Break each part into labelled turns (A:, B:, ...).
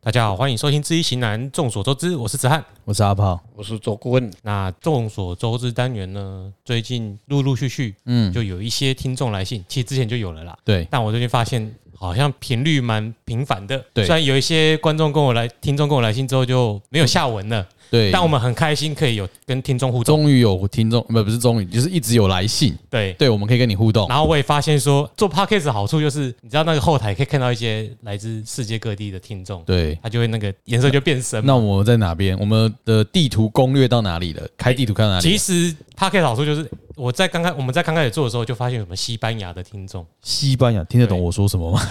A: 大家好，欢迎收听《知易行难》。众所周知，我是子翰。
B: 我是阿炮，
C: 我是周顾问，
A: 那众所周知单元呢，最近陆陆续续，嗯，就有一些听众来信，其实之前就有了啦。
B: 对，
A: 但我最近发现，好像频率蛮频繁的。
B: 对
A: 虽然有一些观众跟我来，听众跟我来信之后就没有下文了，
B: 对，
A: 但我们很开心可以有跟听众互动。
B: 终于有听众，不不是终于，就是一直有来信，
A: 对，
B: 对，我们可以跟你互动，
A: 然后我也发现说，做 podcast 的好处就是，你知道那个后台可以看到一些来自世界各地的听众，
B: 对。
A: 他就会那个颜色就变深嘛。
B: 那我们在哪边？我们的地图攻略到哪里了？开地图看到哪里？啊
A: 其实 podcast 好处就是，我在刚开我们在刚开始做的时候就发现有什么西班牙的听 众，
B: 西班牙听得懂
A: 对
B: 我说什么吗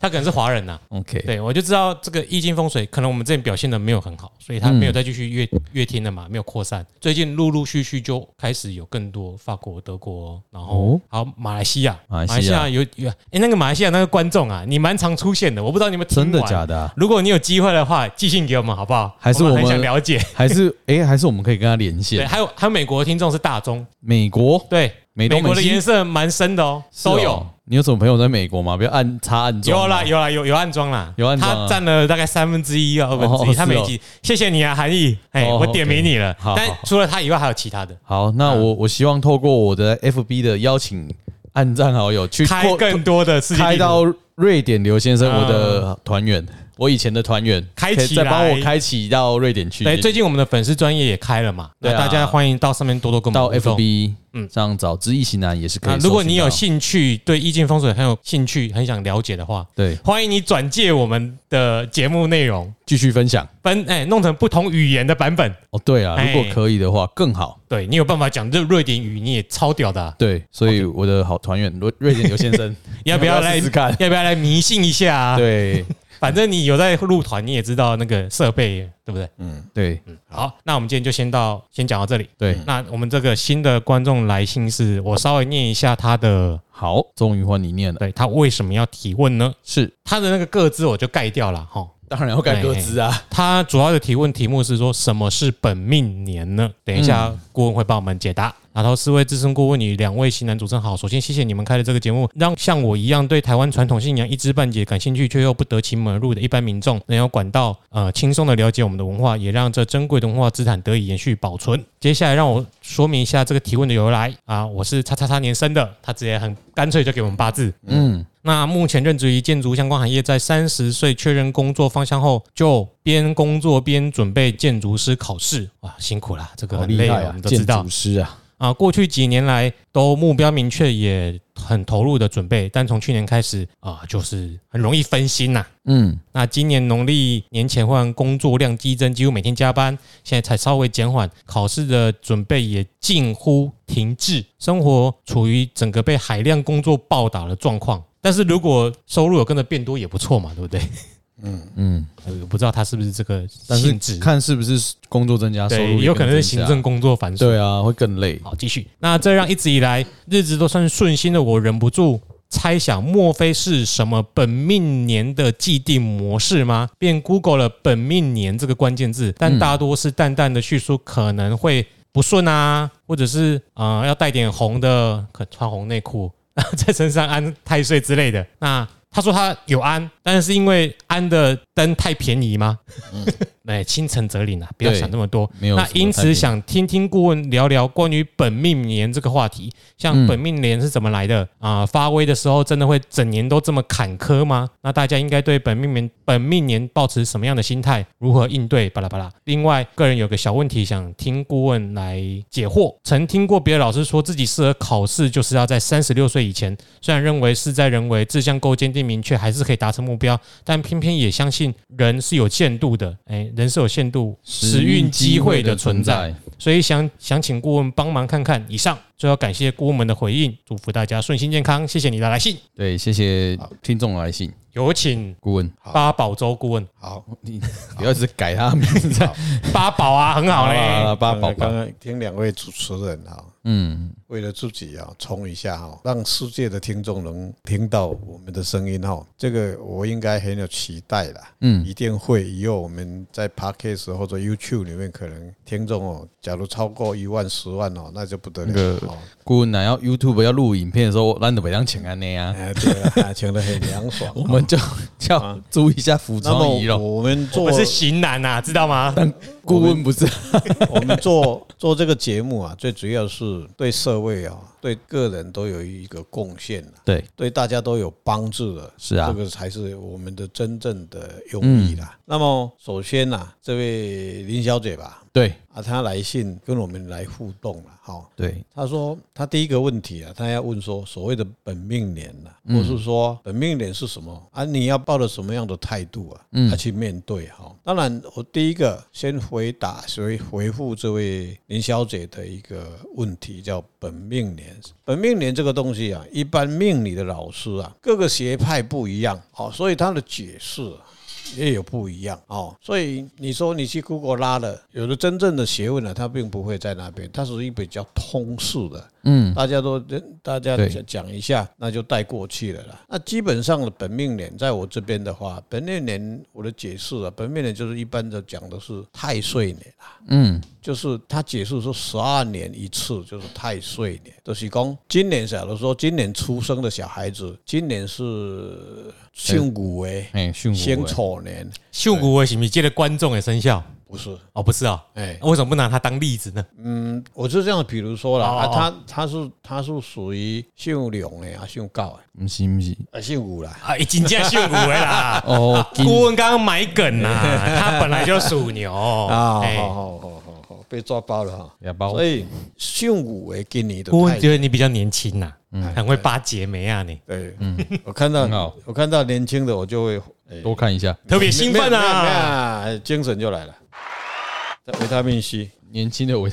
A: 他可能是华人呐、
B: ？OK，
A: 对我就知道这个易经风水可能我们之前表现的没有很好，所以他没有再继续越越听了嘛，没有扩散。最近陆陆续续就开始有更多法国、德国，然后
B: 哦
A: 还有马来西亚，
B: 马来西亚
A: 有有哎、那个马来西亚那个观众啊，你蛮常出现的，我不知道你们
B: 真的假
A: 的？
B: 的啊？
A: 如果你有机会的话，寄信给我们好不好？
B: 还是
A: 我
B: 我们
A: 很想了解。
B: 还是诶，还是我们可以跟他连
A: 对，
B: 线？
A: 还有还有美国的听众是大中，
B: 美国，
A: 对，
B: 美东
A: 美国的
B: 美西
A: 颜色蛮深的哦，
B: 是哦
A: 都有。。
B: 你有什么朋友在美国吗？不要暗插暗中。
A: 有啦，有啦，有有暗装啦，
B: 有暗装啊
A: 他占了大概三分之一啊，二分之
B: 哦
A: 一，他
B: 是哦
A: 每集，谢谢你啊，韩毅，哎，
B: 哦
A: 我点名你了
B: OK，好，
A: 但
B: 好好
A: 除了他以外还有其他的，
B: 好，那我我希望透过我的 FB 的邀请，暗赞好友去
A: 开
B: 扩
A: 更多的世界
B: 开
A: 地图
B: 到瑞典刘先生，
A: 嗯
B: 我的团员，我以前的团员，
A: 开
B: 可以
A: 起
B: 再帮
A: 来
B: 我开启到瑞典去，
A: 对，最近我们的粉丝专业也开了嘛，
B: 对
A: 那
B: 啊
A: 大家欢迎到上面多多跟我
B: 到
A: 们互动。
B: FB
A: 嗯
B: 上找知易行男也是可
A: 啊
B: 以。，
A: 如果你有，兴趣对易经风水很有兴趣，很想了解的话，
B: 对，
A: 欢迎你转借我们的节目内容，
B: 继续分享。
A: 分哎弄成不同语言的版本。
B: 哦，对啊，
A: 哎
B: 如果可以的话更好。
A: 对你有办法讲瑞瑞典语，你也超屌的啊、，
B: 对，所以我的好团员瑞瑞典刘先生
A: 要不要来
B: 试试看？
A: 要不要来迷信一下、啊？
B: 对
A: 反正你有在入团，你也知道那个设备，对不对？
B: 对
A: 好，那我们今天就先到，先讲到这里。
B: 对，
A: 那我们这个新的观众来信是，我稍微念一下他的，
B: 好，终于换你念了，
A: 对他为什么要提问呢？
B: 是
A: 他的那个个资我就盖掉了哈。
B: 当然要改歌词啊。
A: 他主要的提问题目是说什么是本命年呢？等一下顾问会帮我们解答。然后四位资深顾问与两位新男主持人好，首先谢谢你们开的这个节目，让像我一样对台湾传统信仰一知半解、感兴趣却又不得其门而入的一般民众，能有管道呃轻松的了解我们的文化，也让这珍贵的文化资产得以延续保存。接下来让我说明一下这个提问的由来啊，我是叉叉叉年生的，他直接很干脆就给我们八字，
B: 嗯，
A: 那目前任职于建筑相关行业，在三十岁确认工作方向后，就边工作边准备建筑师考试。哇，辛苦啦，这个
B: 好
A: 很
B: 厉
A: 累
B: 害
A: 啊，我
B: 啊
A: 们，都知
B: 建
A: 道
B: 筑师啊，
A: 啊。过去几年来都目标明确，也很投入的准备，但从去年开始啊，就是很容易分心呐、
B: 嗯，
A: 那今年农历年前换工作量激增，几乎每天加班，现在才稍微减缓，考试的准备也近乎停滞，生活处于整个被海量工作暴打的状况。但是如果收入有跟着变多也不错嘛，对不对？嗯
B: 嗯
A: 嗯，我不知道他是不是这个
B: 但是
A: 性质，
B: 看是不是工作增加，收
A: 对，
B: 入也
A: 有可能是行
B: 增加
A: 政工作繁琐。
B: 对啊，会更累。
A: 好，继续。那这让一直以来日子都算顺心的我忍不住猜想，莫非是什么本命年的既定模式吗？便 Google 了“本命年”这个关键字，但大多是淡淡的叙述可能会不顺啊，或者是呃要带点红的，可穿红内裤， 在身上安太岁之类的。那他说他有安，但是因为安的灯太便宜吗？ 哎，心诚则灵啊，不要
B: 对
A: 想那么多。
B: 没有
A: 那
B: 什么
A: 因
B: 太
A: 此
B: 多
A: 想听听顾问聊聊关于本命年这个话题，像
B: 嗯
A: 本命年是怎么来的啊、发威的时候真的会整年都这么坎坷吗？那大家应该对本命年本命年保持什么样的心态？如何应对？巴拉巴拉。另外，个人有个小问题想听顾问来解惑。曾听过别的老师说自己适合考试就是要在三十六岁以前，虽然认为事在人为，志向够坚定明确，还是可以达成目标，但偏偏也相信人是有限度的，哎，人是有限度，时运机会的存在。，所以想想请顾问帮忙看看。以上最后感谢顾问们的回应，祝福大家顺心健康，谢谢你的来信。
B: 对，谢谢听众来信，
A: 有请
B: 顾问，
A: 八宝粥顾问，
C: 好，
B: 你不要一直改他的名字，
A: 八宝啊，很好嘞。
B: 啊，八宝吧，
C: 刚刚听两位主持人哈，
B: 嗯，
C: 为了自己啊，冲一下哈，让世界的听众能听到我们的声音哈，这个我应该很有期待啦。
B: 嗯
C: 一定会。以后我们在 Podcast 或者 YouTube 里面，可能听众哦，假如超过一万、十万哦，那就不得
B: 那
C: 了。
B: 个
C: 哦，
B: 顾问啊，要 YouTube 要录影片的时候，咱就别当请安内
A: 嗯
B: 啊，
C: 哎，对了，啊请的很凉爽。
B: 我们就就要注意一下服
C: 那
B: 装仪
A: 嗯
C: 么
B: 容。
C: 我们
A: 我
C: 做
A: 们是型男呐、知道吗？
B: 但顾问不是，
C: 我们做做这个节目啊，最主要是对社会啊、对个人都有一个贡献、啊、
B: 对，
C: 对大家都有帮助的。
B: 是啊嗯
C: 这个才是我们的真正的用意啦。那么首先呐、这位林小姐吧，
B: 对，
C: 啊，她来信跟我们来互动了，好、
B: 对，
C: 他说，他第一个问题啊，他要问说，所谓的本命年呢、啊，或是说本命年是什么啊？你要抱着什么样的态度啊？嗯，去面对哈、当然，我第一个先回答，所以回复这位林小姐的一个问题，叫本命年。本命年这个东西啊，一般命理的老师啊，各个学派不一样，好、所以他的解释啊、也有不一样哦。所以你说你去 Google 拉的，有的真正的学问呢、它并不会在那边，它是一比较通俗的，嗯，大家都大家
B: 对
C: 讲讲一下，那就带过去了啦。那基本上的本命年，在我这边的话，本命年我的解释啊，本命年就是一般的讲的是太岁年啊。
B: 嗯，
C: 就是他解释说，十二年一次就是太岁年，就是讲今年假如说今年出生的小孩子，今年是姓古为
B: 哎，训
C: 辛
B: 诂
C: 丑年，
A: 秀骨为什么接的观众的生肖？
C: 不是，
A: 哦，不是哦，
C: 哎，
A: 为什么不拿它当例子呢？
C: 我就这样，比如说啦，
A: 哦
C: 啊，
A: 哦
C: 他他是他是属于姓梁的啊，姓高的，
B: 不是不是，
C: 啊，姓武啦，
A: 啊，已经叫秀骨了啦。啊
B: 哦，金
A: 顾问刚刚埋梗啦、 他本来就属牛
C: 啊，
A: 哎
C: 好好好好好，被抓包了哈。
B: 也包
C: 所以姓武的今年的
A: 顾问
C: 太
A: 觉得你比较年轻呐、
C: 嗯
A: 很会巴结梅啊你，
C: 对，我看
B: 很
C: 到
B: 好
C: 我看到年轻的，我就会
B: 多看一下，
A: 特别兴奋啊！
C: 啊，没有精神就来了。维他命 C，
B: 年 轻的我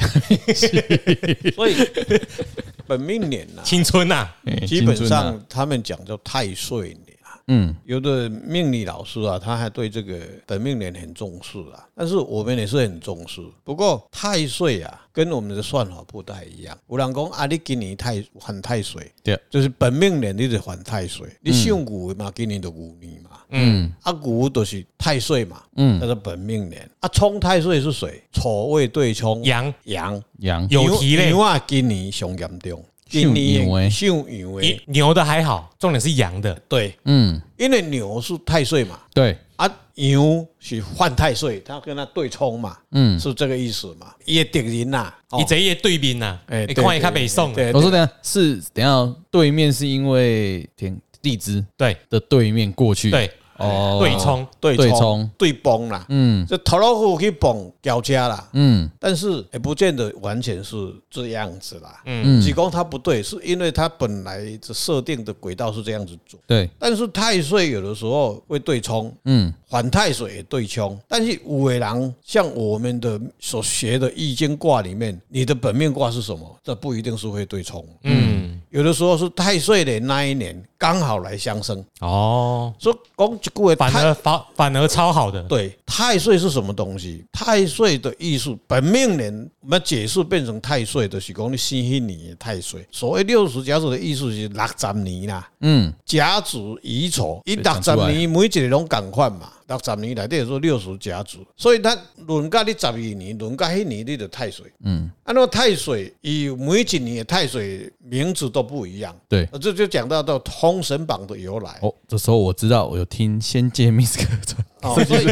C: 所以本命年呐、
A: 青春呐、
C: 基本，
B: 青春啊
C: 上他们讲叫太岁年。啊
B: 嗯，
C: 有的命理老师啊，他还对这个本命年很重视啊，但是我们也是很重视。不过太岁啊，跟我们的算法不太一样。有人讲啊，你今年太犯太岁，
B: 对，
C: 就是本命年你就犯太岁，你姓古的嘛，今年就古年嘛，
B: 嗯
C: 啊古就是太岁嘛，
B: 嗯
C: 那是本命年啊，冲太岁是谁？丑未对冲
A: 羊
C: 羊，
B: 羊
A: 有
C: 牛
A: 蹄嘞
C: 牛啊，今年上严重，今
B: 姓牛
C: 年
B: 的
C: 姓牛
A: 牛
C: 诶，
A: 牛的还好，重点是羊的。
C: 对，
B: 嗯，
C: 因为牛是太岁嘛。
B: 对，
C: 啊，羊是犯太岁，他跟他对冲嘛，
B: 嗯，
C: 是这个意思嘛？也敌人呐、哦
A: 你这一对面呐，
C: 哎
A: 你
C: 对
A: 看一看
C: 对
A: 北宋，
C: 对
B: 我说等一下是等一下哦，对面是因为天地支
A: 对
B: 的对面过去，
A: 对
B: 哦，
A: 对，冲，
C: 对
B: 对
C: 冲
B: 冲
C: 对崩啦，
B: 嗯
C: 这头老虎去崩交加啦，
B: 嗯
C: 但是也不见得完全是这样子啦。
B: 嗯，
C: 子宫它不对，是因为它本来这设定的轨道是这样子走，
B: 对，
C: 但是太岁有的时候会对冲，
B: 嗯
C: 反太岁也对冲，但是五尾狼像我们的所学的易经卦里面，你的本命卦是什么？这不一定是会对冲，
A: 嗯，
C: 有的时候是太岁年那一年刚好来相生，
A: 哦，
C: 所以讲一句话，
A: 反
C: 太
A: 而反反而超好的，
C: 对太岁是什么东西？太岁的艺术，本命年我们解释变成太岁，就是讲你生一年的太岁。所谓六十甲子的艺术是六十年啦，
B: 嗯，
C: 甲子乙丑，伊六
B: 讲
C: 十
B: 出来
C: 年每一个拢共款嘛，六十年内底说六十甲子，所以它轮到你十二年，轮到迄年你就太岁。嗯，啊，那么太岁，伊每一年的太岁名字都不一样。
B: 对。
C: 呃这就讲到到通神榜的由来
B: 哦，这时候我知道，我有听《仙界 Miss 客传
C: 哦，所以》，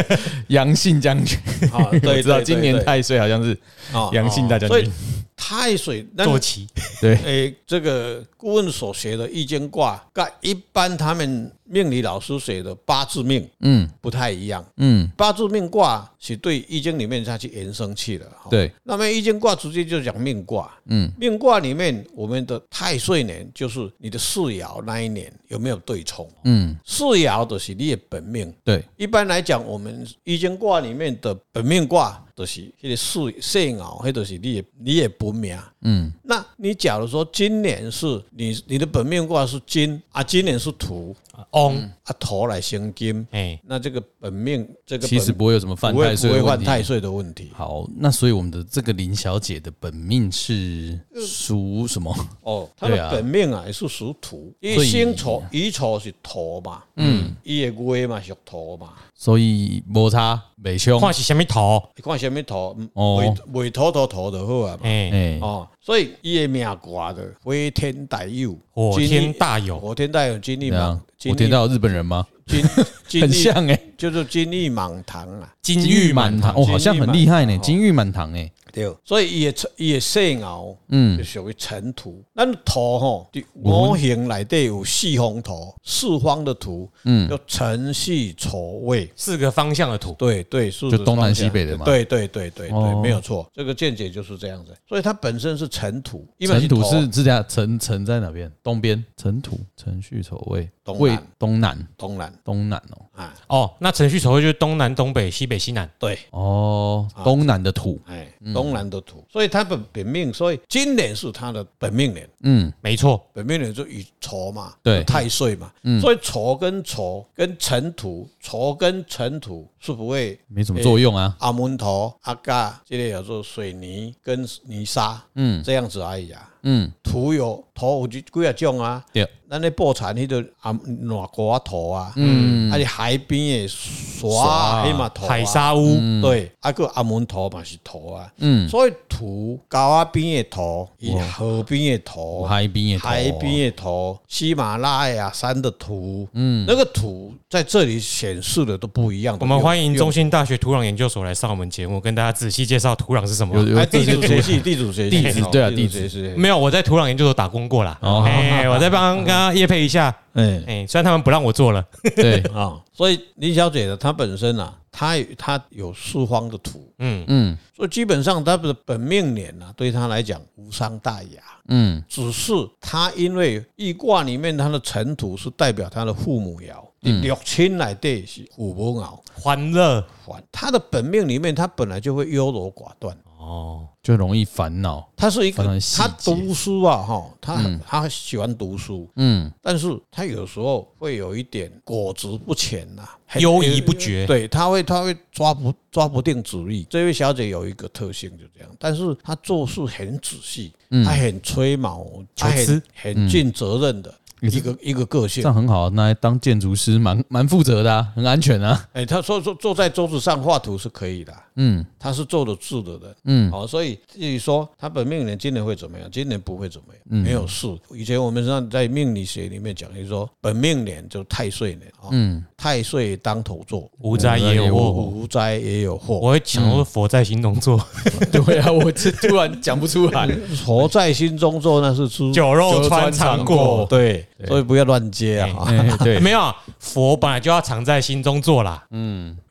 B: 杨信将军，
C: 啊，
B: 我
C: 对对
B: 知道
C: 对
B: 今年
C: 对
B: 太岁好像是
C: 啊
B: 杨信大将
C: 所以
B: 军，
C: 太岁那
A: 坐骑，
B: 对，
C: 诶，这个顾问所学的易经卦，跟一般他们命理老师写的八字命
B: 嗯
C: 不太一样。
B: 嗯，
C: 八字命卦是对易经里面它去延伸去了。哈，
B: 对，
C: 那么易经卦直接就讲命卦。
B: 嗯，
C: 命卦里面我们的太岁年就是你的四爻那一年有没有对冲？
B: 嗯
C: 四爻就是你的本命。
B: 对，
C: 一般来讲，我们易经卦里面的本命卦就是迄个四四爻，迄就是你的你的本命。
B: 嗯
C: 那你假如说今年是你你的本命卦是金啊，今年是土
A: 翁，
C: 啊，土来生金，
A: 哎，
C: 那这个本命这个
B: 其实
C: 本
B: 不会有什么犯
C: 不会
B: 太
C: 不
B: 岁
C: 会
B: 的问
C: 犯
B: 题。
C: 太岁的问题
B: 好，那所以我们的这个林小姐的本命是属什么？
C: 哦。他
B: 对
C: 的
B: 啊
C: 本命啊也是属土，因为
B: 所以
C: 辛丑乙丑是土嘛，嗯，伊的月嘛属土嘛，
B: 所以摩擦美胸，
A: 看是什么头，
C: 你看什么头，
B: 哦
C: 尾尾头头头就好啊嘛。
A: 哎，
B: 哎，
C: 哦，所以伊的命挂的飞天大佑，
A: 火
C: 金
A: 天
C: 力
A: 大有，
C: 火天大有金力
B: 怎
C: 满
B: 样，？啊
C: 金
B: 我
C: 力
B: 听到有日本人吗？
C: 金金
B: 很
C: 力
B: 像哎，
C: 就是金力满堂啊，
A: 金玉满
B: 满
A: 堂
B: 堂，。哦，好像很厉害呢，
C: 金
B: 金玉满堂哎，
C: 对，所以伊的伊的姓牛
B: 嗯
C: 就，属于尘土。咱土吼，伫五行内底有四方土，四方的土，嗯，叫辰戌丑未。
A: 四个方向的土，
C: 对对，是
B: 就东南西北的嘛
C: 对对对对对，
B: 哦
C: 没有错，这个见解就是这样子。所以它本身是尘土，一般
B: 尘土
C: 头
B: 是指甲尘尘在哪边？东边啊尘土，辰戌丑未，
C: 东
B: 未
C: 南
B: 东南
C: 东南
B: 东南哦
C: 啊，
A: 哦，那程序所谓就是东南、东北、西北、西南。
C: 对，
B: 哦，东南的土，
C: 哎，东南的土，所以它本本命，所以今年是它的本命年，
B: 嗯，
A: 没错，
C: 本命年就以丑嘛，
B: 对
C: 就太岁嘛，所以丑跟丑跟尘土，丑跟尘土是不会
B: 没什么作用啊，
C: 阿门头阿嘎，这类叫做水泥跟泥沙，嗯，这样子而已啊。
B: 嗯，
C: 土有土有几几啊种啊，
B: 对，
C: 咱咧布田迄个啊暖瓜土啊，嗯，啊你海边的沙迄嘛土啊
A: 海，沙屋，
C: 对，啊个阿门土嘛是土啊，
B: 嗯，
C: 所以土高啊边的土，以河边的土，
B: 哦
C: 啊
B: 海边的啊土
C: 海边的土，喜马拉雅山的土，嗯，那个土在这里显示的都不一样的
A: 我
C: 用。
A: 们欢迎
C: 用
A: 中信大学土壤研究所来上我们节目，跟大家仔细介绍土壤是什么
B: 有。有
C: 哎，
B: 这
C: 地
B: 些
C: 主学
B: 土
C: 系，地主学系，哦
B: 地址对啊
C: 地
B: 地址
C: 系。
A: 没有，我在土壤研究所打工过啦。
B: 哦
A: 哎，我再帮刚刚叶配一下。
C: 嗯
A: 哎，虽然他们不让我做了，
B: 对，
C: 啊，所以李小姐呢，她本身啊，她她有四方的土，
A: 嗯，
B: 嗯
C: 所以基本上她的本命年呢、啊，对她来讲无伤大雅。
B: 嗯
C: 只是她因为易卦里面她的尘土是代表她的父母爻，
B: 嗯
C: 六亲来对是父母爻，
A: 欢乐
C: 还她的本命里面，她本来就会优柔寡断。
A: 哦，
B: 就容易烦恼，
C: 她是一个
B: 非常，细
C: 她
B: 节
C: 读书啊，哈，她
A: 嗯
C: 她喜欢读书，
B: 嗯
C: 但是他有时候会有一点裹足不前呐、很呃
A: 犹疑不决
C: 对，他会他会抓不抓不定主意。这位小姐有一个特性就这样，但是她做事很仔细，她很吹毛，
A: 嗯求
C: 她很
A: 疵
C: 很尽责任的
B: 嗯
C: 一个一个个
B: 这
C: 性
B: 样。很好，那当建筑师蛮蛮负责的啊，很安全啊，
C: 哎，她说说坐在桌子上画图是可以的啊，
B: 嗯
C: 她是做得住的人。
B: 嗯
C: 好，所以至于说他本命年今年会怎么样，今年不会怎么
B: 嗯
C: 样，没有事。以前我们上在命理学里面讲，就是说本命年就太岁年啊，
B: 嗯，
C: 太岁当头坐，
A: 无灾也有祸。
C: 无灾也有祸。
A: 我会想说佛在心中坐，
B: 对啊，我这突然讲不出来，
C: 佛在心中坐，那是猪。
A: 酒肉穿肠过。
C: 对，所以不要乱接啊！
B: 哎对，
A: 没有啊，佛本来就要藏在心中坐啦。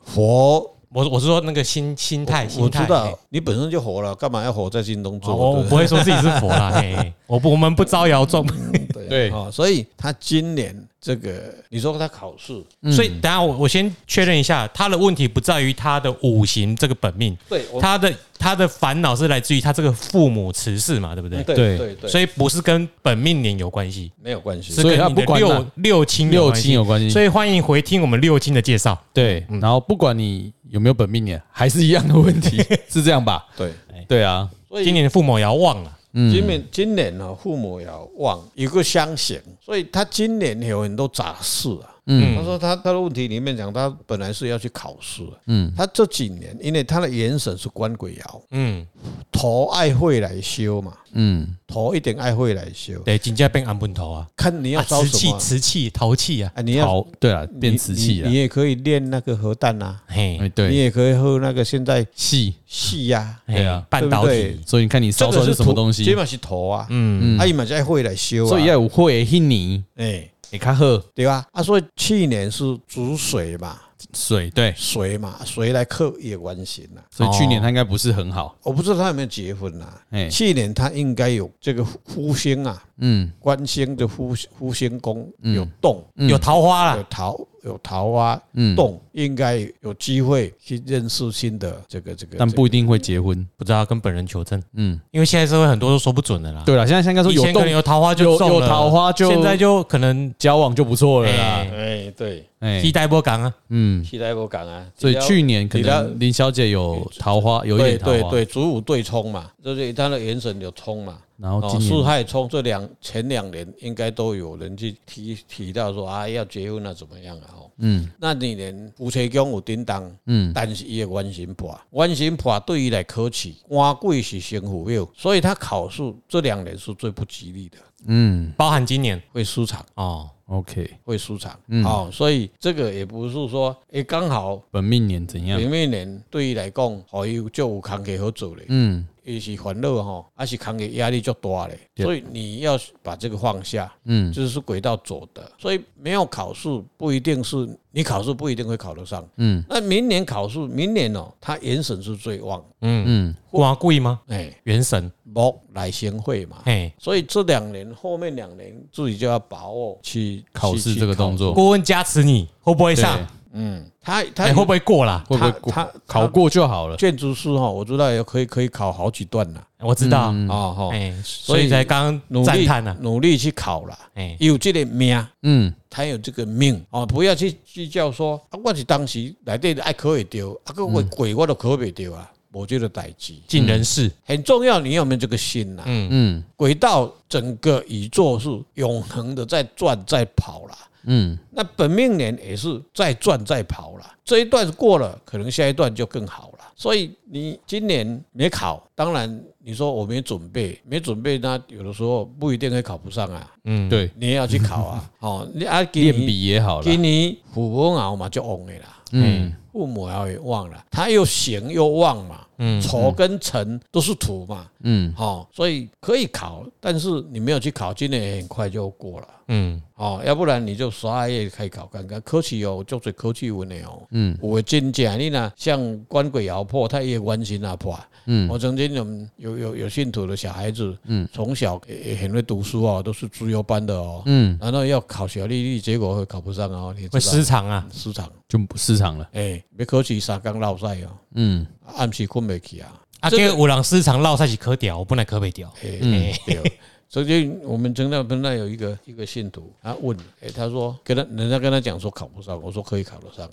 C: 佛，
A: 我我是说那个心心态，
C: 我
A: 心
C: 知
A: 态。
C: 道
A: 嘿
C: 你本身就活了，干嘛要活在心中
A: 哦我
C: 坐？
A: 我
C: 对
A: 不会说自己是佛啦，嘿嘿我不我们不招摇撞。
C: 对
B: 对
C: 啊，所以他今年这个，你说他考试，
B: 嗯
A: 所以等一下我我先确认一下，他的问题不在于他的五行这个本命，
C: 对，我
A: 他的他的烦恼是来自于他这个父母慈氏嘛，对不对？
C: 嗯对
B: 对
C: 对对，
A: 所
C: 以
A: 以不是跟本命年有关系，
C: 没有关系
A: 是。
B: 所以
A: 跟
B: 他
A: 你的
B: 不管
A: 六
B: 哪
A: 六亲有
B: 六
A: 关系
B: 亲有关系，
A: 所以欢迎回听我们六亲的介绍。
B: 对，然后不管你有没有本命年，还是一样的问 题，是这样吧？
C: 对，
B: 对啊，
C: 所以
A: 今年的父母也要忘了，
C: 今年今年呢，父母要旺，有个相刑，所以他今年有很多杂事啊。
A: 嗯
C: 他说他他的问题里面讲，他本来是要去考试啊，
B: 嗯
C: 他这几年因为他的元神是官鬼爻，
A: 嗯，
C: 头爱会来修嘛，
B: 嗯，
C: 头一定爱会来修，
A: 对，紧接变安本头啊，
C: 看你要
A: 啊
C: 招
A: 瓷
C: 什
A: 器
C: 么
A: 瓷器陶器啊，
C: 啊，你要
B: 好，对啊，
C: 你
B: 变瓷器
C: 你你
B: 了，
C: 也可以练那个核弹啊，
B: 哎，
A: 嘿，
C: 你
B: 对，
C: 也可以喝那个现在
B: 细，
C: 细呀，
B: 对啊
A: 嘿半导
C: 对不
A: 体
C: 对，
B: 所以你看你烧出来是什么东西
C: 基，本是头啊，
A: 嗯，
C: 啊，伊嘛就爱会来修啊，
B: 所以要有会印泥，
C: 哎，
B: 你看喝
C: 对吧？啊，所以去年是主水嘛，
B: 水，对，
C: 水嘛，水来克也完形了。
B: 所以去年他应该不是很好，
C: 啊我不知道他有没有结婚呐、
B: 哎
C: 去年他应该有这个呼星啊，
B: 嗯
C: 官星的呼呼星宫有动，
A: 有桃花
C: 有
A: 啦，
C: 桃有桃花
B: 啊嗯，
C: 动，应该有机会去认识新的这个这个。
B: 嗯但不一定会结婚，
A: 不知道跟本人求证，
B: 嗯，
A: 因为现在社会很多都说不准的啦。
B: 对了，现在现在应该说
A: 以前
B: 有
A: 可
B: 动
A: 能有桃花就
B: 有
A: 中了
B: 有桃花就
A: 现在就可能
B: 交往就不错了啦，
A: 哎
C: 哎，对，
B: 哎
A: 替，代波港啊，
B: 嗯，
C: 期待我讲啊。
B: 所以去年可
C: 你要
B: 能林小姐有桃花，有一点桃
C: 对对
B: 花，
C: 对，主武对冲嘛，就是他的元神有冲嘛，
B: 然后
C: 哦，
B: 今
C: 苏
B: 年
C: 太冲这两前两年应该都有人去提提到说啊要结婚了怎么样啊？哦，
B: 嗯
C: 那你连夫妻宫有叮当，
B: 嗯
C: 但是伊的原型破，原型破对伊来考试，官贵是先虎右，所以他考试这两年是最不吉利的，
B: 嗯
A: 包含今年
C: 会输场，
A: 哦，
B: ，OK，
C: 会输场。
B: 嗯
C: 哦，所以这个也不是说，诶，刚好
B: 本命年怎样？
C: 前面年对伊来讲，互伊就有工作好做咧，
B: 嗯
C: 伊是烦恼吼，还是工作压力较大咧，
B: 对
C: 所以你要把这个放下，
B: 嗯
C: 这是轨道走的，所以没有考试不一定是你考试不一定会考得上。
B: 嗯
C: 那明年考试，明年哦，他元神是最旺，
B: 嗯
A: 瓜贵吗？
C: 哎，
A: 元神，哎
C: 木来先会嘛。
A: 嘿，
C: 所以这两年，后面两年自己就要把握去
B: 考试这个动。
C: 去去考
B: 作
A: 顾问加持你会不会上
B: 哦对？
C: 嗯，他他
A: 哎，会不会过啦？
B: 会不会过
C: 他他
B: 考过就好了？
C: 建筑师哈，我知道也可以可以考好几段了
B: 嗯
A: 我知道，
C: 啊
B: 哦
C: 哈，
A: 哎，所以才刚
C: 努
A: 刚赞
C: 力
A: 叹啊了，
C: 努力去考啦，
A: 哎，
C: 有这个命。
B: 嗯
C: 他有这个命哦，不要去计较说啊，我是当时内底爱考会到，啊个
A: 嗯
C: 我鬼我都考袂到啊，无这个代志。
A: 尽人事，
C: 很重要，你有没有这个心呐、
B: 嗯
C: 轨道整个宇宙是永恒的在转在跑啦，
B: 嗯
C: 那本命年也是在转在跑啦。这一段过了，可能下一段就更好了。所以你今年没考，当然你说我没准备，没准备那有的时候不一定会考不上啊，
A: 嗯，
B: 对，
C: 你也要去 考啊。哦，你啊，今
B: 练
C: 年
B: 笔也好了。
C: 今年父母熬嘛就旺的啦，
B: 嗯
C: 父母熬也旺了，他又行又旺嘛，嗯，丑跟辰都是土嘛，
B: 嗯
C: 哦，所以可以考，但是你没有去考，今年也很快就过了。
A: 嗯，
C: 哦，要不然你就十二月开考看看，科技哦，就做科技文的哦。
B: 嗯
C: 有的真正你若像官鬼爻破，他也完形啊破。
B: 嗯
C: 我曾经有有有有信徒的小孩子，嗯，从小也也很会读书哦，都是资优班的哦，
B: 嗯，
C: 然后要考小丽丽，结果会考不上哦，你
A: 会
C: 知道
A: 失常啊，
C: 市场，
B: 就不市场了。
C: 哎、要考试三工落屎哦，
B: 嗯
C: 暗时困袂去啊，
A: 啊，
C: 这
A: 这
C: 个
A: 个五郎市场落赛起可屌，我本来可被屌，
C: 哎、
B: 嗯
C: 对。所以我们真的本来有一个一个信徒，他问，哎、他说跟他人家跟他讲说考不上，我说可以考得上，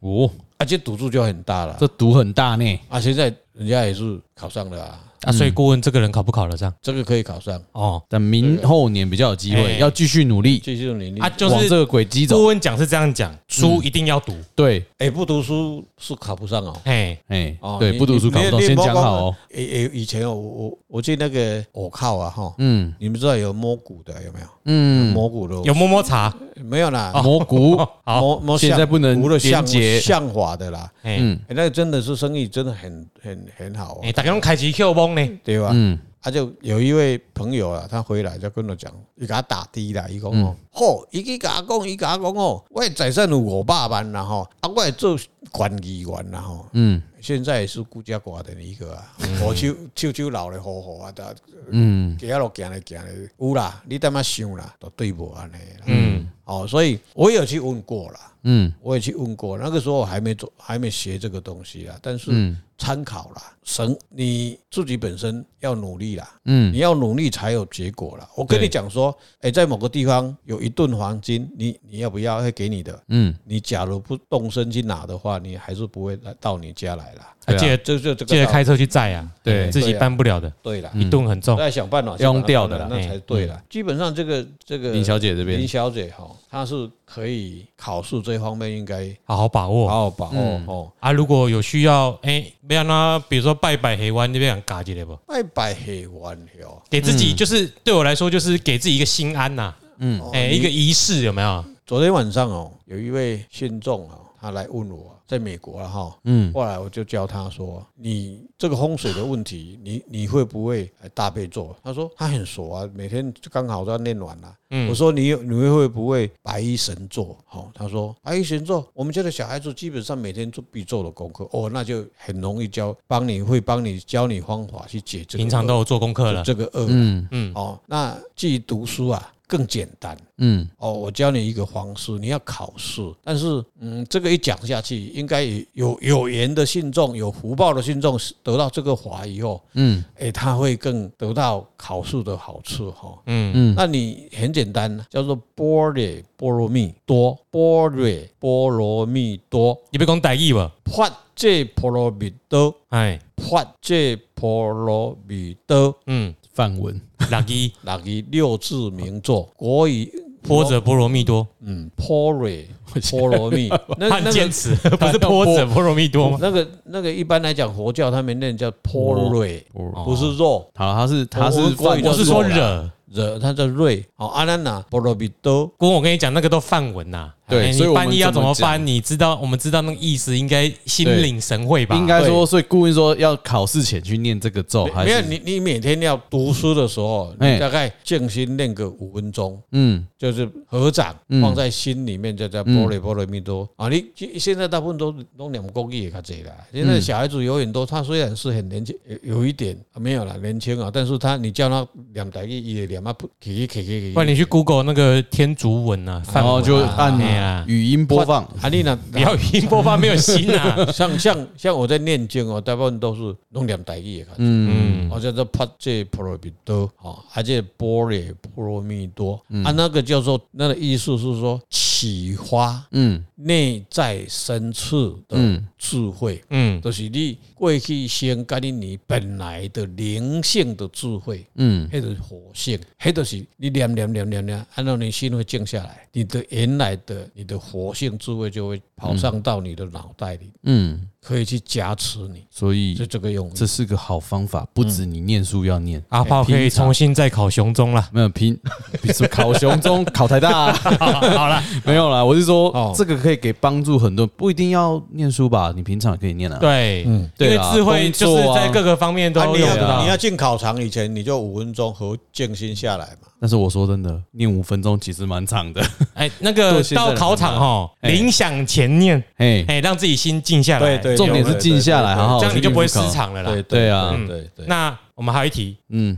B: 哦，
C: 而且赌注就很大了
B: 这赌很大呢。
C: 啊，现在人家也是考上了啊，
B: 嗯
A: 啊，所以顾问这个人考不考得上？
C: 这个可以考上，
A: 哦，
B: 但明后年比较有机
A: 哎
B: 会，要继续努力，
C: 继续努力
A: 啊，。就
B: 往这
A: 是
B: 个轨迹
A: 顾
B: 走。嗯
A: 问讲是这样讲，书一定要读，
B: 对，
C: 哎、不读书是考不上哦。
A: 哎，
B: 哎
C: 哦，，
B: 对，
C: 你
B: 不读书考不到，先讲好哦。。
C: 你你你不要讲哎哎，以前哦我我我去那个我靠啊哈，
B: 嗯
C: 你们知道有摸骨的有没有？
B: 嗯，
C: 摸骨的
A: 有摸摸茶，
C: 没有啦？
B: 蘑菇，
A: 好
C: 摸摸
B: 现
C: 像
B: 在不能
C: 除了像
B: 连接
C: 像法的啦，
A: 哎
B: 嗯
C: 哎那个真的是生意真的很很很好哦
A: 哎，，大家用开机 Q 崩呢，
C: 对吧？
B: 嗯，
C: 他就有一位朋友啊，他回来就跟我讲，伊给他打的啦，伊讲
B: 嗯
C: 哦，吼，伊去甲我讲，伊甲我讲哦，我的财产有五百万啦吼，啊，我会做管理员啦吼，哎
B: 嗯
C: 现在也是孤家寡人的一个啊， 我手手手老了好好啊，他
B: 嗯
C: 行路行来行来，有啦，你他妈想啦，都对无安尼啦，
A: 嗯，
C: 哦，所以我有去问过啦。
B: 嗯
C: 我也去问过，那个时候我还没做，还没学这个东西啊，但是
B: 嗯
C: 参考啦，神你自己本身要努力啦，
B: 嗯
C: 你要努力才有结果啦。我跟
B: 对
C: 你讲说，哎，在某个地方有一吨黄金，你你要不要？会给你的。
B: 嗯，
C: 你假如不动身去拿的话，你还是不会来到你家来啦。
A: 啊
B: 对啊
A: 记得
C: 这就这个
A: 记得
C: 道
A: 开车去载啊，
B: 对
A: 自己搬不了的，
C: 对啦，
A: 一顿很重，
C: 再想办法
B: 嗯
C: 去
B: 要用
C: 把它
B: 掉的
C: 搬
B: 啦哎嗯
C: 那才对啦。基本上这个这个
B: 林小姐这边
C: 林，小姐哈，她是可以考试这方面应该
A: 好好把
C: 好
A: 握。
C: 好把
B: 嗯
C: 握哦。
A: 啊，如果有需要，哎，不要那，比如说拜拜黑湾那边嘎起来不？
C: 拜拜黑完了，
A: 给自己就是对我来说，就是给自己一个心安呐，
B: 嗯
A: 哎，一个仪式有没有？
C: 哦昨天晚上哦，有一位信众啊，他来问我，在美国了哈。
B: 嗯
C: 后来我就教他说：“你这个风水的问题， 你你会不会哎大悲咒？”他说他很熟啊，每天就刚好都要念完了、啊
A: 嗯
C: 我说你有你会不会白衣神咒？好、他说白衣神咒，我们家的小孩子基本上每天做必做的功课哦，那就很容易教，帮你会帮你教你方法去解这个
A: 平常都
C: 恶
A: 有做功课了，
C: 这个恶、
B: 嗯
A: 嗯
C: 哦。那至于读书啊，更简单。
B: 嗯
C: 哦，我教你一个方式，你要考试，但是嗯，这个一讲下去，应该也有有缘的信众，有福报的信众得到这个法以后，
B: 嗯
C: 哎，他会更得到考试的好处哈、哦。
A: 嗯
B: 嗯
C: 那你很简单，叫做波若波罗蜜多，波若波罗蜜多，
A: 你别讲歹意吧，
C: 法界波罗蜜多，
A: 哎，
C: 法界波罗蜜多，
A: 嗯，
B: 范文，
A: 拉 伊
C: 哪个六字名作？国语
A: 波者波罗蜜多，
C: 嗯，波瑞波罗蜜， 那
A: 他
C: 那
A: 很
C: 个
A: 坚 持，不是波者波罗蜜多吗？
C: 那个那个一般来讲，佛教他们念叫波瑞，
B: 哦
C: 不是肉，
B: 好，他是他
C: 我
B: 是
C: 我国
B: 范
C: 语叫
A: 我是说
C: 做
A: 惹。
C: 惹它叫瑞。哦啊好，阿难那波罗蜜多，
A: 不过我跟你讲，那个都范文呐、
B: 对
A: 哎
B: 所以
A: 你
B: 我们
A: 翻译要怎么
B: 怎么
A: 翻？你知道，我们知道那个意思，应该心领神会吧？
B: 应该说，所以顾问说要考试前去念这个咒，哦还
C: 没有
B: 是
C: 你你每天要读书的时候，
B: 哎
C: 你大概静心念个五分钟，
B: 嗯
C: 就是合掌
B: 嗯
C: 放在心里面，就叫波罗波罗蜜多啊。你现现在大部分都都两公益也较济啦。现
B: 嗯
C: 在小孩子有很多，他虽然是很年轻，有有一点啊没有啦，年轻啊，但是他你叫他两台一也两啊不，起起起起
A: 不然你去 Google 那个天竺文啊，
B: 然
A: 范文啊
B: 后哦就
A: 哎
B: 按
A: 呀
B: 语音播放，
C: 啊，你那
A: 不要语音播放没有心啊。
C: 像像像我在念经哦，大部分都是弄念台语的较济。
B: 嗯，
A: 嗯，
C: 我叫做帕这波罗蜜多，哦，而且波列波罗蜜多啊，那个叫做那个意思是说启发
B: 嗯
C: 内在深处的智慧，
A: 嗯
C: 就是你过去先跟你你本来的灵性的智慧，
B: 嗯
C: 迄就是火性，迄就是你念念念念念，按照你心会静下来，你的原来的你的火性智慧就会跑上到你的脑袋里，
B: 嗯，
C: 可以去加持你，
B: 所以
C: 就这个用意。
B: 这是个好方法，不止你念书要念，
A: 阿炮可以重新再考雄中了。
B: 没有平 是考雄中考台大啊、
A: 好了，
B: 没有啦，我是说
C: 哦
B: 这个可以给帮助很多，不一定要念书吧，你平常也可以念啊。
A: 对，
C: 嗯
A: 因
B: 对
A: 为
B: 啦
A: 智慧就是在各，
B: 工作啊
A: 个方面都
C: 啊你
A: 嗯用得
C: 要
A: 到
C: 你。要进考场以前，你就五分钟和静心下来嘛。
B: 但是我说真的，念五分钟其实蛮长的，
A: 哎，那个
B: 做现在的
A: 到考场哈，
B: 哎
A: 铃响前念，
B: 哎，
A: 哎，让自己心静下来。
C: 对 对
B: 重点是静下来，
C: 对对对
B: 好好
A: 这样你就不会失
B: 场。
A: 常了啦。
B: 对啊
A: 嗯
C: 对对。
A: 那我们还有一题，
B: 嗯，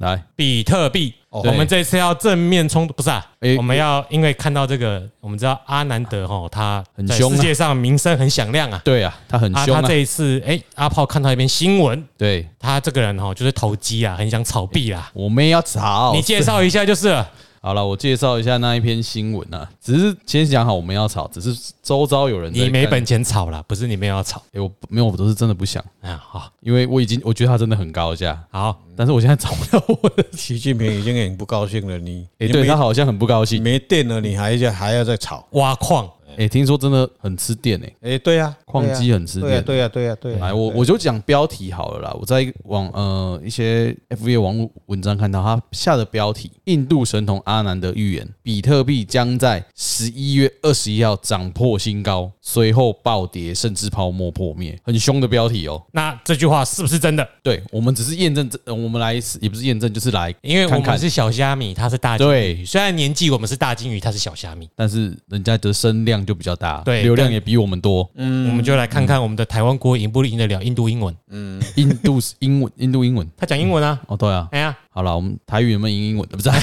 B: 来，
A: 比特币。
C: 哦
A: 我们这次要正面冲突，不是啊？
B: 诶
A: 我们要因为看到这个，我们知道阿南德哈，他
B: 很
A: 在
B: 凶啊
A: 世界上名声很响亮啊。
B: 对啊，他很
A: 啊，
B: 凶
A: 他
B: 啊
A: 这，一次，哎，阿炮看到一篇新闻，
B: 对
A: 他这个人哈就是投机啊，很想炒币啦。
B: 我们也要吵
A: 你。介绍一下就是了。
B: 好了，我介绍一下那一篇新闻啊，只是先讲好我们要吵，只是周遭有人在
A: 你没
B: 看
A: 本，钱炒啦，不是你没有要炒
B: 哎，我没有，我都是真的不想，
A: 啊。好，
B: 因为我已经我觉得他真的很高价，
A: 好，
B: 但是我现在找不到我 的，
C: 习近平已经很不高兴了，你
B: 哎，
C: 你
B: 对
C: 没
B: 他好像很不高
C: 你
B: 兴，
C: 没电了，你还要还要再炒？
A: 挖矿，
B: 哎，听说真的很吃电哎。
C: 哎，对呀，
B: 矿机很吃
C: 对呀，
B: 电，
C: 对呀，对呀，对呀。
B: 来，我我就讲标题好了啦。我在网呃一些 F V 网络文章看到，他下的标题：印度神童阿南德预言，比特币将在十一月二十一号涨破新高，随后暴跌，甚至泡沫破灭。很凶的标题哦。
A: 那这句话是不是真的？
B: 对，我们只是验证这，呃我们来也不是验证，就是来
A: 因为我
B: 看看
A: 们是小虾米，他是大金鱼。
B: 对
A: 虽然年纪我们是大金鱼，他是小虾米，
B: 但是人家的声量就比较大，
A: 对
B: 流量
A: 但
B: 也比我们多。
A: 我们就来看
B: 嗯
A: 看我们的台湾国赢不赢得了印度英文。
B: 印度是英文，印度英文，
A: 他讲英文啊，
B: 哦，对啊。
A: 哎呀，
B: 好了，我们台语有没有英英文？不 是啊，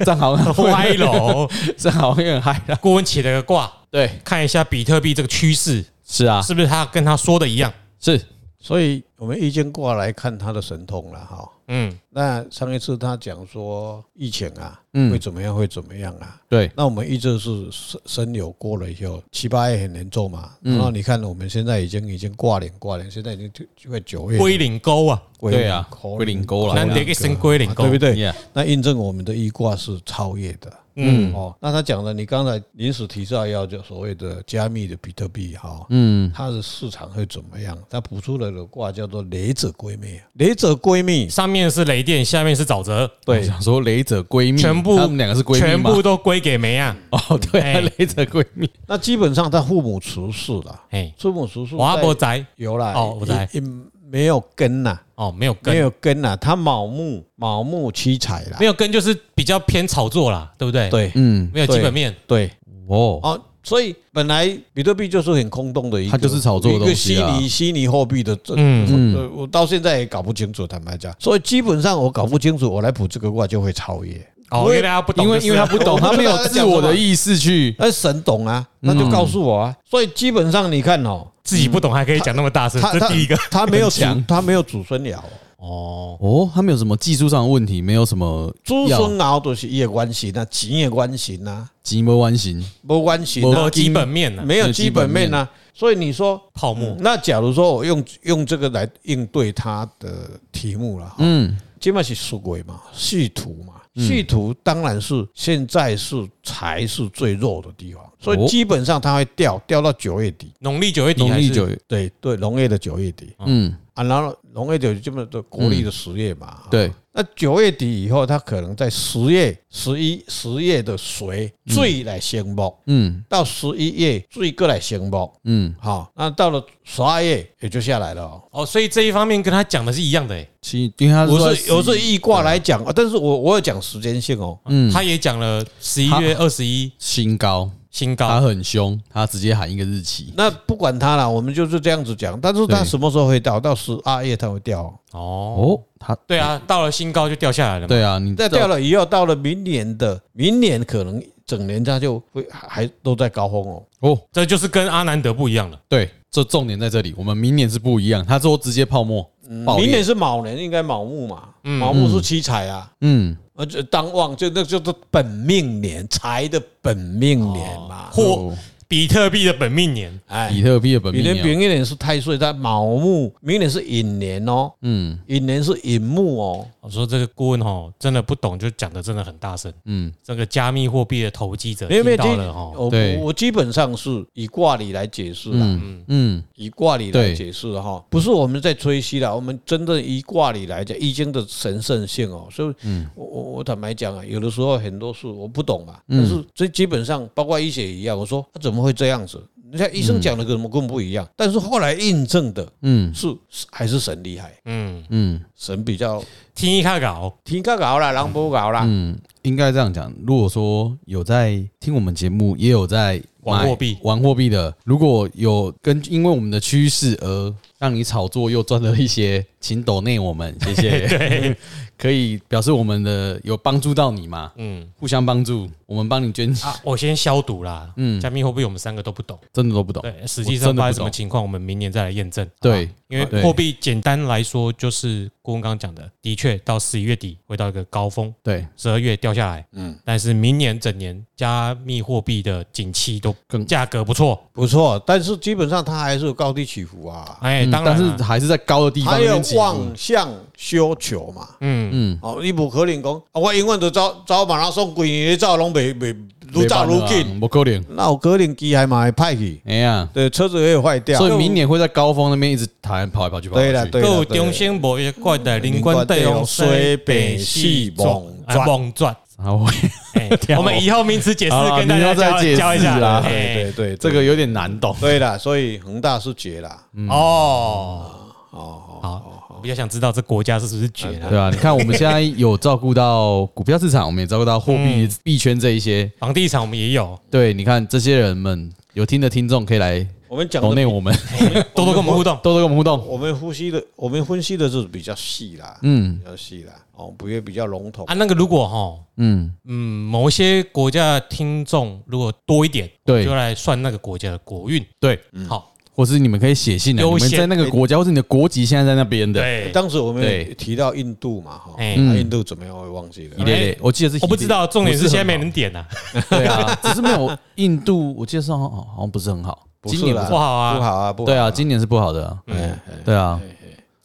B: 这样好像
A: 歪楼，
B: 这样好像有点嗨了。
A: 郭文起了个卦，
B: 对，
A: 看一下比特币这个趋势
B: 是啊，
A: 是不是他跟他说的一样？
B: 是，
C: 所以我们易经卦来看他的神通了哈。
A: 嗯，
C: 那上一次他讲说疫情啊，会
B: 嗯，
C: 怎么样，会怎么样啊？
B: 对，
C: 那我们一直是生生流过了以后，七八月很严重嘛。
B: 嗯
C: 然后你看，我们现在已经已经挂脸挂脸，现在已经就就快九月了，
A: 龟苓沟啊，
B: 对啊
C: 口
B: 龟苓沟啦
A: 难得一身龟苓沟
C: 啊对不，对？
B: Yeah，
C: 那印证我们的易卦是超越的。
A: 嗯，
C: 哦，那他讲的，你刚才临时提到要就所谓的加密的比特币哈，
B: 嗯，
C: 它的市场会怎么样？他补出来的卦叫做“雷者闺蜜”，雷者闺蜜，
A: 上面是雷电，下面是沼泽，
B: 我想说雷者闺蜜，
A: 全部
B: 她嗯们两个是闺
A: 全
B: 蜜吗？
A: 部都归给梅啊。
B: 哦，对
A: 哎
B: 啊，雷者闺蜜，
C: 那基本上他父母出世了，
A: 哎，
C: 父母出世
A: 我阿伯
C: 在
A: 仔
C: 有啦，
A: 哦我在
C: 也也没有根呐，
A: 哦，没有
C: 没
A: 根，
C: 有根呐，他卯木卯木七彩啦
A: 没，有根就是比较偏炒作啦，对不对？，
C: 对
B: 嗯，
A: 没有基本面，
C: 对
B: 哦，
C: 哦，所以本来比特币就是很空洞的一个，
B: 它就是炒作的
C: 一
B: 东
C: 个
B: 西
C: 虚
B: 啊
C: 拟虚拟货币的这。
A: 嗯，
C: 嗯，我到现在也搞不清楚，坦白讲，所以基本上我搞不清楚，我来补这个卦就会超越。
A: 哦，因为大家不懂
B: 因
A: 就
B: 为
A: 是了，
B: 因为他不懂，
C: 我不知道
B: 他没有
C: 她在
B: 自
C: 讲
B: 我
C: 什么
B: 的意识去，
C: 那神懂啊，那就告诉我
A: 嗯
C: 啊。所以基本上你看哦，
A: 自己不懂还可以讲那么大声，
C: 他
B: 嗯
A: 这
C: 他
A: 第一个
C: 他没有祖
B: 很强
C: 他没有祖孙爻，
A: 哦，
B: 哦，他没有什么技术上的问题，没有什么
C: 祖
B: 要
C: 孙爻都是业关系啊，钱也关系啊，
B: 急摩弯形，
C: 没关系
A: 没有
C: 啊，
A: 基本面呢，
C: 没有基本面啊。所以你说
B: 嗯
A: 泡沫
C: 那假如说我用用这个来应对他的题目了。嗯，
B: 嗯
C: 今嘛是属鬼嘛，续土嘛，续土当然是现在是才是最弱的地方，所
B: 哦
C: 以基本上它会掉掉到九月底。
A: 农历九月底，
B: 农历九，月，
C: 对对，农业的九月底
B: 嗯，
C: 啊，然后农业就这么的国历的十月嘛，
B: 对，
C: 那九月底以后，它可能在十月、十一、十月的水最来先冒，
B: 嗯
C: 到十一月水过来先冒。
B: 嗯，
C: 好，那到了十二月也就下来了、哦。
A: 哦，所以这一方面跟他讲的是一样的、欸，
B: 其因为他说
C: 我是我是易卦来讲，啊但是我我有讲时间性哦。
B: 嗯
A: 他也讲了十一月二十一
B: 新高，
A: 新
B: 他
A: 高，
B: 很凶，他直接喊一个日期，
C: 那不管它了，我们就是这样子讲。但是它
B: 对
C: 什么时候会掉？到十二月它会掉哦、
A: 哦，
B: 哦，他
A: 对啊，到了新高就掉下来了嘛，
B: 对啊，你
C: 再掉了以后，到了明年的明年可能整年它就会还还都在高峰哦。
B: 哦，
A: 这就是跟阿南德不一样了。
B: 对，这重点在这里，我们明年是不一样，他说直接泡沫，爆裂
C: 嗯明年是卯年，应该卯木嘛，卯木是七财啊。
B: 嗯，
C: 呃，这当旺就那就是本命年财的本命年
B: 哦
C: 嘛，
A: 或比特币的本命年，
C: 哎
B: 比，特币的本
C: 明
B: 命
C: 年
B: 年哦
C: 丙一年是太岁，它卯木，明年是寅年哦，
B: 嗯
C: 寅年是寅木哦，
A: 我说这个顾问哦，真的不懂，就讲的真的很大声。
B: 嗯，
A: 这个加密货币的投机者
C: 没有没
A: 听
C: 有，
A: 到了
C: 我
A: 哦，
B: 对
C: 我我基本上是以卦理来解释啦，
B: 嗯嗯
C: 以卦理来
B: 对
C: 解释哈，不是我们在吹嘘啦，我们真的以卦理来讲《易经》的神圣性哦，所以
B: 嗯
C: 我我我坦白讲啊，有的时候很多事我不懂啊，
B: 嗯
C: 但是这基本上包括医学也一样，我说啊他怎么会这样子？人家医生讲的跟我们根本不一样，但是后来印证的
B: 嗯
C: 是是还是神厉害，
A: 嗯，
B: 嗯
C: 神比较
A: 听一下搞，
C: 听个搞啦，人不搞啦，
B: 嗯，应该这样讲。如果说有在听我们节目，也有在
A: 玩
B: 买
A: 货币
B: 玩货币的，如果有跟因为我们的趋势而让你炒作又赚了一些，请抖内我们，谢谢。对，可以表示我们的有帮助到你嘛？
A: 嗯
B: 互相帮助，我们帮你捐，
A: 啊，我先消毒啦。嗯，加密货币我们三个都不懂，
B: 真的都不懂。
A: 对，实际
B: 哦我
A: 上
B: 真的
A: 发
B: 不
A: 生什么
B: 懂
A: 情况，我们明年再来验证。好不好
B: 对，
A: 因为
B: 对
A: 货币简单来说，就是顾问刚刚讲的，的确到十一月底会到一个高峰，
B: 对
A: 十二月掉下来，
C: 嗯，
A: 但是明年整年加密货币的景气都
B: 更
A: 价格不错，
C: 不错，但是基本上它还是有高低起伏啊，
A: 哎，
B: 嗯
A: 当
B: 但
A: 然
B: 是
A: 啦，
B: 还是在高的地方
C: 它
B: 那
C: 要
B: 边起
C: 望
B: 步。
C: 向修求嘛，
A: 嗯，
B: 嗯，
C: 哦，你无可能讲，啊我永远都走走马拉松，规年走拢袂袂愈走愈紧，
B: 不够脸。
C: 那有可能机还嘛会歹去，
B: 哎呀，
C: 对，车子也会坏掉。
B: 所以明年会在高峰那边一直弹跑来跑去，跑来
C: 对
B: 跑
C: 啦
B: 去。
C: 对
A: 够
C: 啦
A: 中
C: 对啦，
A: 心无一怪的灵官对用水北系猛猛转，
B: 然后
A: 哎，我们以后名词解释
B: 好啦
A: 跟大家
B: 明天再
A: 教
B: 解释
A: 教一下
B: 啦
A: 哎
C: 对对对，
B: 这个有点难懂。
C: 对啦，所以恒大是绝啦，
A: 哦哦好，我比较想知道这国家是不是绝
B: 对
A: 了，
B: 啊，你看我们现在有照顾到股票市场，我们也照顾到货币币圈这一些。
A: 房地产我们也有，
B: 对，你看这些人们有听的听众可以来
C: 我们讲
B: 抖内
C: 的，
B: 我们，
A: 多多跟我们互动，
B: 多多跟我们互动。
C: 我们呼吸的，我们分析的就是比较细啦，
B: 嗯
C: 比较细啦，哦，不也比较笼统
A: 啊，。那个如果哈，
B: 嗯，
A: 嗯，某一些国家的听众如果多一点，
B: 对
A: 就来算那个国家的国运。
B: 对，
A: 好，
B: 或是你们可以写信来，啊
A: 优
B: 你
A: 先
B: 们在那个国家或是你的国籍现在在那边的。
A: 对，
C: 当时我们
B: 对
C: 也提到印度嘛，哈，
A: 哎
C: 啊印度怎么样我也忘记了
B: 一。类类，我记得是
A: 我不知道，重点是现在没
B: 人。
A: 人点呐，
B: 对啊，只是没有印度，我记得是好好像不是很好，
C: 不是
B: 今年
C: 啦
A: 不好啊
C: 不好啊，不好。
B: 对啊，，今年是不好的啊。
C: 哎，
B: 对啊，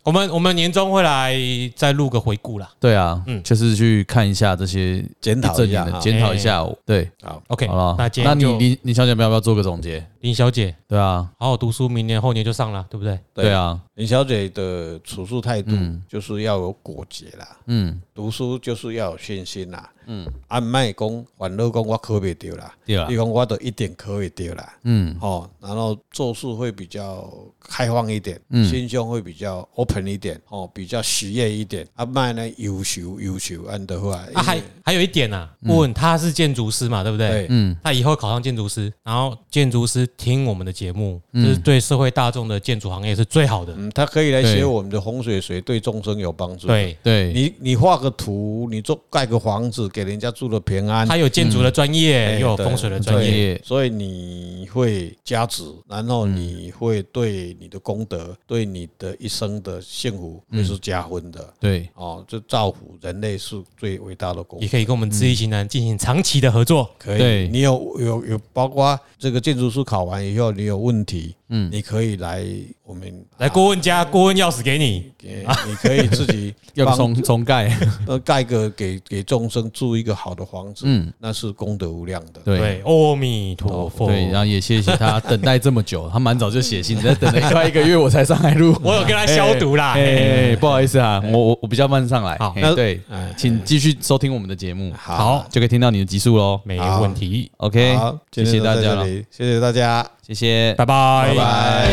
A: 我们我们年终会来再录个回顾啦。
B: 对啊，
A: 嗯
B: 就是去看一下这些
C: 检讨
B: 这
C: 一
B: 里
C: 下
B: 的
C: 哈。
B: 检讨一下。对，
C: 好，
A: OK，
B: 好了，
A: 那
B: 那
A: 今天
B: 你
A: 就
B: 林林小姐要不要做个总结？
A: 林小姐
B: 对啊，
A: 好好读书，明年后年就上了，对不对？
B: 对啊，
C: 林小姐的处事态度就是要有果决啦，
B: 嗯，
C: 读书就是要有信心啦，嗯，啊，卖讲反老讲我考袂到啦，
B: 对啊
C: 你，讲我都一定考会到啦，
B: 嗯
C: 哦，然后做事会比较开放一点，心胸会比较 open 一点，哦，比较喜悦一点，啊，卖呢优秀优秀按的话，
A: 啊，还还有一点呐，顾问他是建筑师嘛，对不对？
C: 对，
B: 嗯
A: 他以后考上建筑师，然后建筑师听我们的节目，这是对社会大众的建筑行业是最好的。
C: 嗯，他可以来学
B: 对
C: 我们的风水学，对众生有帮助。，
A: 对，
B: 对，
C: 你你画个图，你做盖个房子，给人家住的平安，
A: 他有建筑的专业，
C: 哎
A: 又有
C: 对
A: 风水的
B: 很
A: 专
B: 专
A: 业。
B: 业，
C: 所以你会加值，然后你会对你的功
B: 嗯
C: 德、对你的一生的幸福会是加分的。
B: 对，
C: 哦，这造福人类是最伟大的功
A: 也
C: 德。
A: 可以跟我们知易行难进行长期的合作。
C: 可
B: 对
C: 以，你有有有，包括这个建筑师考完以后，你有问题，嗯，你可以来我们
A: 来顾问家，顾问钥匙给你，
C: 也你可以自 己
B: 要
C: 帮
B: 重重盖，
C: 呃盖个给给众生住一个好的房子，
B: 嗯，
C: 那是功德无量的。
B: 对。哦
A: 对，阿弥陀佛。
B: 对，然后也谢谢他等待这么久，他蛮早就写信，只是等了快一个月我才上来录。
A: 我有跟他消毒啦
B: 哎
A: 嗯嘿
B: 哎，哎不好意思啊，我我我比较慢上来。
A: 好
B: 哎
A: 那
B: 对
C: 哎，
B: 请继续收听我们的节目，
C: 好，
B: 就可以听到你的集数喽。
A: 没问题，
B: OK，
C: 好，
B: 谢
C: 今
B: 谢
C: 天就
B: 大
C: 到
B: 家
C: 这
B: 了，
C: 里，谢谢大家，
B: 谢谢，
A: 拜拜
C: 拜拜。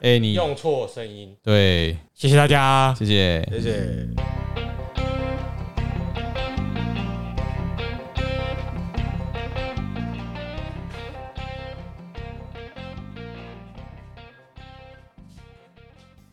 B: 哎，你
A: 用错声音，
B: 对，
A: 谢谢大家，
B: 哎谢谢。
C: 谢谢。